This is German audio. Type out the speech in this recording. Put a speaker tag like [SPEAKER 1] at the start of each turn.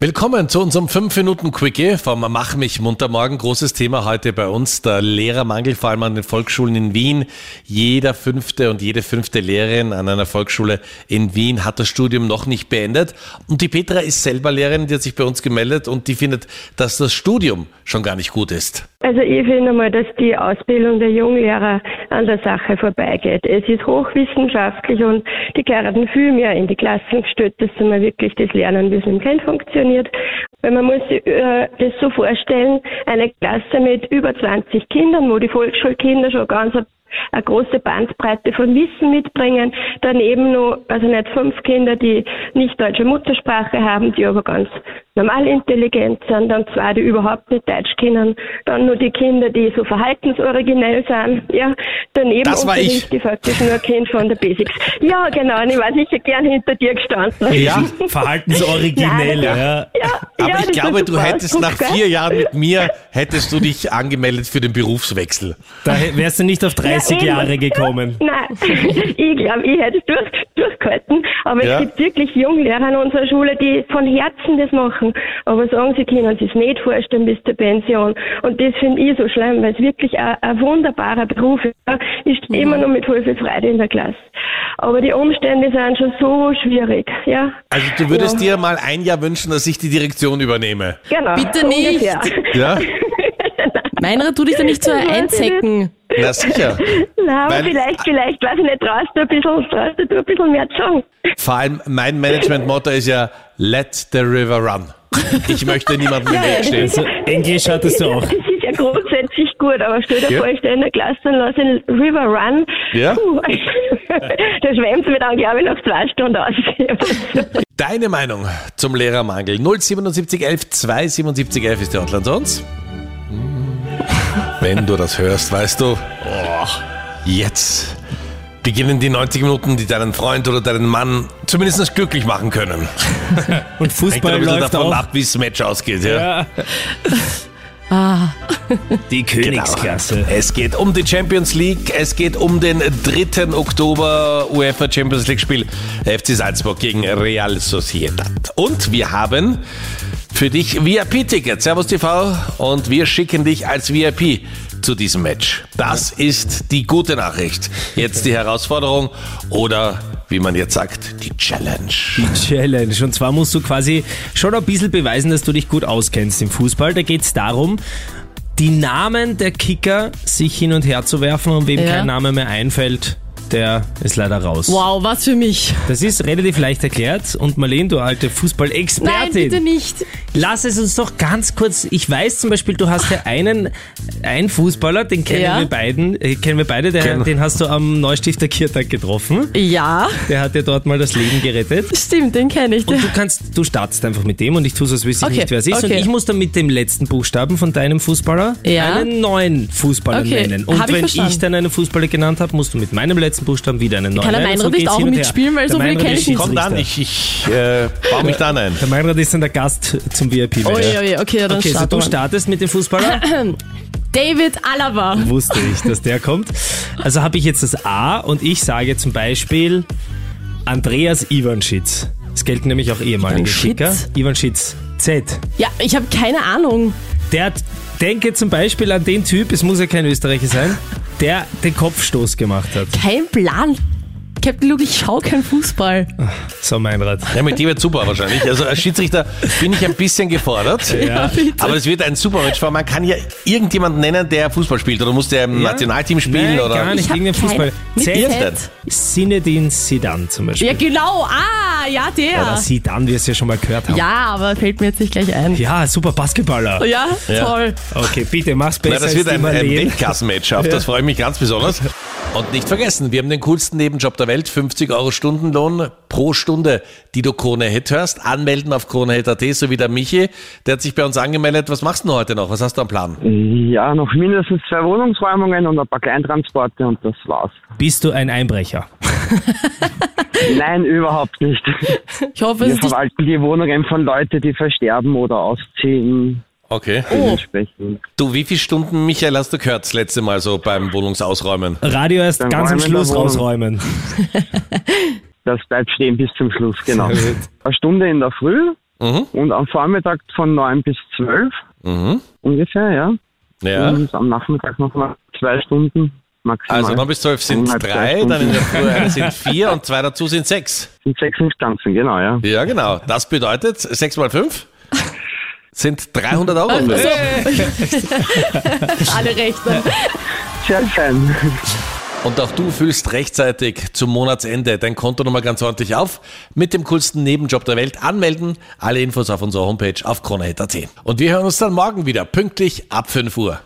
[SPEAKER 1] Willkommen zu unserem 5-Minuten-Quickie vom Mach mich munter morgen. Großes Thema heute bei uns, der Lehrermangel, vor allem an den Volksschulen in Wien. Jeder fünfte und jede fünfte Lehrerin an einer Volksschule in Wien hat das Studium noch nicht beendet. Und die Petra ist selber Lehrerin, die hat sich bei uns gemeldet und die findet, dass das Studium schon gar nicht gut ist.
[SPEAKER 2] Also ich finde mal, dass die Ausbildung der Junglehrer an der Sache vorbeigeht. Es ist hochwissenschaftlich und die werden viel mehr in die Klassen gestellt, dass man wirklich das Lernen, wie es im Kern funktioniert. Weil man muss sich äh, das so vorstellen, eine Klasse mit über 20 Kindern, wo die Volksschulkinder schon ganz eine große Bandbreite von Wissen mitbringen. Daneben noch, also nicht fünf Kinder, die nicht deutsche Muttersprache haben, die aber ganz normal intelligent sind. Dann zwei, die überhaupt nicht Deutsch kennen. Dann nur die Kinder, die so verhaltensoriginell sind. Ja, daneben
[SPEAKER 1] Das war
[SPEAKER 2] unterrichte
[SPEAKER 1] ich.
[SPEAKER 2] ich faktisch nur ein Kind von der Basics. Ja, genau. Und ich war sicher gern hinter dir gestanden.
[SPEAKER 1] Ja.
[SPEAKER 3] Verhaltensoriginell,
[SPEAKER 2] Nein,
[SPEAKER 3] ja.
[SPEAKER 2] Ja,
[SPEAKER 1] Aber
[SPEAKER 2] ja, das
[SPEAKER 1] ich
[SPEAKER 2] war
[SPEAKER 1] glaube, du
[SPEAKER 2] super
[SPEAKER 1] hättest
[SPEAKER 2] Ausdruck,
[SPEAKER 1] nach
[SPEAKER 2] gell?
[SPEAKER 1] vier Jahren mit mir, hättest du dich angemeldet für den Berufswechsel.
[SPEAKER 3] Da hä- wärst du nicht auf 30
[SPEAKER 2] eben.
[SPEAKER 3] Jahre gekommen.
[SPEAKER 2] Nein, ich glaube, ich hätte es durch, durchgehalten. Aber
[SPEAKER 1] Ja.
[SPEAKER 2] es gibt wirklich Junglehrer an unserer Schule, die von Herzen das machen. Aber sagen, sie können sich nicht vorstellen bis zur Pension. Und das finde ich so schlimm, weil es wirklich ein, ein wunderbarer Beruf ist. Ich stehe immer noch mit voll viel Freude in der Klasse. Aber die Umstände sind schon so schwierig. Ja,
[SPEAKER 1] Also du würdest dir mal ein Jahr wünschen, dass ich die Direktion übernehme.
[SPEAKER 2] genau.
[SPEAKER 4] Bitte nicht.
[SPEAKER 2] Ungefähr.
[SPEAKER 1] Ja,
[SPEAKER 4] Meinrad, tu dich da nicht so
[SPEAKER 2] Ich weiß
[SPEAKER 4] einzecken.
[SPEAKER 1] na sicher.
[SPEAKER 2] Nein, aber
[SPEAKER 1] Weil-
[SPEAKER 2] vielleicht, vielleicht, weiß ich nicht, traust du ein bisschen, traust du ein bisschen mehr zu sagen.
[SPEAKER 1] Vor allem mein Management-Motto ist ja Let the River Run. Ich möchte niemandem im Weg stehen.
[SPEAKER 3] Also Englisch hattest du auch.
[SPEAKER 2] Das ist ja grundsätzlich gut, aber stell dir
[SPEAKER 1] Ja.
[SPEAKER 2] vor, ich stehe in der Klasse und lasse den River Run.
[SPEAKER 1] Ja.
[SPEAKER 2] Puh. Da schwemmt mir dann, glaube ich, nach zwei Stunden aus.
[SPEAKER 1] Deine Meinung zum Lehrermangel 07711 27711 ist der Hotline sonst. Hm. Wenn du das hörst, weißt du, oh, jetzt beginnen die 90 Minuten, die deinen Freund oder deinen Mann zumindest glücklich machen können.
[SPEAKER 3] Und
[SPEAKER 1] Hängt ein
[SPEAKER 3] Fußball
[SPEAKER 1] bisschen
[SPEAKER 3] läuft
[SPEAKER 1] davon
[SPEAKER 3] auch.
[SPEAKER 1] ab, wie das Match ausgeht. Ja.
[SPEAKER 3] Die Königsklasse.
[SPEAKER 1] Genau. Es geht um die Champions League, es geht um den 3. Oktober UEFA Champions League Spiel FC Salzburg gegen Real Sociedad. Und wir haben für dich VIP-Ticket, Servus TV, und wir schicken dich als VIP zu diesem Match. Das ist die gute Nachricht. Jetzt die Herausforderung oder wie man jetzt sagt, die Challenge.
[SPEAKER 3] Die Challenge. Und zwar musst du quasi schon ein bisschen beweisen, dass du dich gut auskennst im Fußball. Da geht es darum, die Namen der Kicker sich hin und her zu werfen und wem
[SPEAKER 4] Ja.
[SPEAKER 3] kein Name mehr einfällt, der ist leider raus.
[SPEAKER 4] Wow, was für mich.
[SPEAKER 3] Das ist relativ leicht erklärt. Und Marlene, du alte
[SPEAKER 4] Nein,
[SPEAKER 3] Fußball-Expertin.
[SPEAKER 4] bitte nicht.
[SPEAKER 3] Lass es uns doch ganz kurz. Ich weiß zum Beispiel, du hast ja einen, einen Fußballer, den kennen
[SPEAKER 4] Ja.
[SPEAKER 3] wir beiden, äh, kennen wir beide, der,
[SPEAKER 1] Kennen.
[SPEAKER 3] den hast du am Neustifter Kirtag getroffen.
[SPEAKER 4] Ja,
[SPEAKER 3] Der hat dir dort mal das Leben gerettet.
[SPEAKER 4] stimmt, den kenne ich.
[SPEAKER 3] Und du kannst, du startest einfach mit dem und ich tue so, als wüsste ich
[SPEAKER 4] Okay,
[SPEAKER 3] nicht, wer es ist. Und
[SPEAKER 4] okay.
[SPEAKER 3] ich muss dann mit dem letzten Buchstaben von deinem Fußballer
[SPEAKER 4] Ja.
[SPEAKER 3] einen neuen Fußballer
[SPEAKER 4] Okay,
[SPEAKER 3] nennen. Und
[SPEAKER 4] hab ich
[SPEAKER 3] wenn
[SPEAKER 4] verstanden.
[SPEAKER 3] ich dann einen Fußballer genannt habe, musst du mit meinem letzten Buchstaben wieder einen neuen
[SPEAKER 4] Kann der
[SPEAKER 3] nennen.
[SPEAKER 4] Meinrad nicht
[SPEAKER 3] geht's
[SPEAKER 4] auch
[SPEAKER 3] hin und her.
[SPEAKER 4] mitspielen, weil
[SPEAKER 3] Der
[SPEAKER 4] so viel
[SPEAKER 3] Meinrad
[SPEAKER 4] kenn
[SPEAKER 3] ist
[SPEAKER 4] ich nicht.
[SPEAKER 1] Kommt
[SPEAKER 3] Schiedsrichter.
[SPEAKER 1] an, ich, ich äh, baue mich da ein.
[SPEAKER 3] Der Meinrad ist dann der Gast zum VIP-Match.
[SPEAKER 4] Oje, oje, okay, ja, dann
[SPEAKER 3] Okay, so
[SPEAKER 4] starten
[SPEAKER 3] du
[SPEAKER 4] wir.
[SPEAKER 3] startest mit dem Fußballer.
[SPEAKER 4] David Alaba.
[SPEAKER 3] Wusste ich, dass der kommt. Also habe ich jetzt das A und ich sage zum Beispiel Andreas Ivanschitz. Es gelten nämlich auch ehemalige Kicker.
[SPEAKER 4] Ivanschitz?
[SPEAKER 3] Ivanschitz Z.
[SPEAKER 4] Ja, ich habe keine Ahnung.
[SPEAKER 3] Der denke zum Beispiel an den Typ, es muss ja kein Österreicher sein, der den Kopfstoß gemacht hat.
[SPEAKER 4] Kein Plan. Captain Luke, ich schau kein Fußball.
[SPEAKER 3] So Meinrad.
[SPEAKER 1] Ja, mit dir wird super wahrscheinlich. Also als Schiedsrichter bin ich ein bisschen gefordert.
[SPEAKER 3] Ja.
[SPEAKER 4] bitte.
[SPEAKER 1] Aber es wird ein super Match, weil man kann ja irgendjemanden nennen, der Fußball spielt oder muss der im Nationalteam spielen
[SPEAKER 3] Nein,
[SPEAKER 1] oder
[SPEAKER 3] gar
[SPEAKER 4] Ich
[SPEAKER 3] nicht.
[SPEAKER 4] hab
[SPEAKER 3] Irgendein Fußball.
[SPEAKER 4] keine- Mit
[SPEAKER 3] Z.
[SPEAKER 4] Z.
[SPEAKER 3] Sinedin Sidan zum Beispiel.
[SPEAKER 4] Ja, genau. Ah, ja,
[SPEAKER 3] Oder
[SPEAKER 4] der.
[SPEAKER 3] Sidan, wie wir es ja schon mal gehört haben.
[SPEAKER 4] Ja, aber fällt mir jetzt nicht gleich ein.
[SPEAKER 3] Ja, super Basketballer.
[SPEAKER 4] Ja,
[SPEAKER 1] Ja.
[SPEAKER 4] toll.
[SPEAKER 3] Okay, bitte mach's besser.
[SPEAKER 1] Na, das
[SPEAKER 3] als
[SPEAKER 1] wird
[SPEAKER 3] die
[SPEAKER 1] ein, ein
[SPEAKER 3] Marleen.
[SPEAKER 1] Weltklassen-Match. Auf das freue ich mich ganz besonders. Und nicht vergessen, wir haben den coolsten Nebenjob der Welt. 50 Euro Stundenlohn pro Stunde, die du Krone Hit hörst. Anmelden auf kronehit.at, so wie der Michi. Der hat sich bei uns angemeldet. Was machst du denn heute noch? Was hast du am Plan?
[SPEAKER 5] Ja, noch mindestens zwei Wohnungsräumungen und ein paar Kleintransporte und das war's.
[SPEAKER 3] Bist du ein Einbrecher?
[SPEAKER 5] Nein, überhaupt nicht.
[SPEAKER 4] Ich hoffe, es
[SPEAKER 5] Wir
[SPEAKER 4] ist nicht.
[SPEAKER 5] verwalten die Wohnungen von Leuten, die versterben oder ausziehen.
[SPEAKER 1] Okay.
[SPEAKER 5] Dementsprechend.
[SPEAKER 1] Du, wie viele Stunden, Michael, hast du gehört das letzte Mal so beim Wohnungsausräumen?
[SPEAKER 3] Radio erst
[SPEAKER 5] Dann
[SPEAKER 3] ganz am
[SPEAKER 5] räumen
[SPEAKER 3] Schluss
[SPEAKER 5] wir Wohnung.
[SPEAKER 3] rausräumen.
[SPEAKER 5] Das bleibt stehen bis zum Schluss, genau. Eine Stunde in der Früh Und am Vormittag von 9 bis 12 ungefähr, ja.
[SPEAKER 1] Ja.
[SPEAKER 5] Und am Nachmittag nochmal zwei Stunden maximal.
[SPEAKER 1] Also 9 bis 12 sind
[SPEAKER 5] Eineinhalb, zwei
[SPEAKER 1] drei, dann in
[SPEAKER 5] Stunden.
[SPEAKER 1] der Früh eine sind vier und zwei dazu sind sechs.
[SPEAKER 5] sind sechs Instanzen, genau, ja.
[SPEAKER 1] Ja, genau. Das bedeutet, sechs mal fünf sind 300 Euro.
[SPEAKER 4] Also, alle rechnen.
[SPEAKER 5] Sehr fein.
[SPEAKER 1] Und auch du füllst rechtzeitig zum Monatsende dein Konto nochmal ganz ordentlich auf mit dem coolsten Nebenjob der Welt. Anmelden, alle Infos auf unserer Homepage auf kronehit.at. Und wir hören uns dann morgen wieder, pünktlich ab 5 Uhr.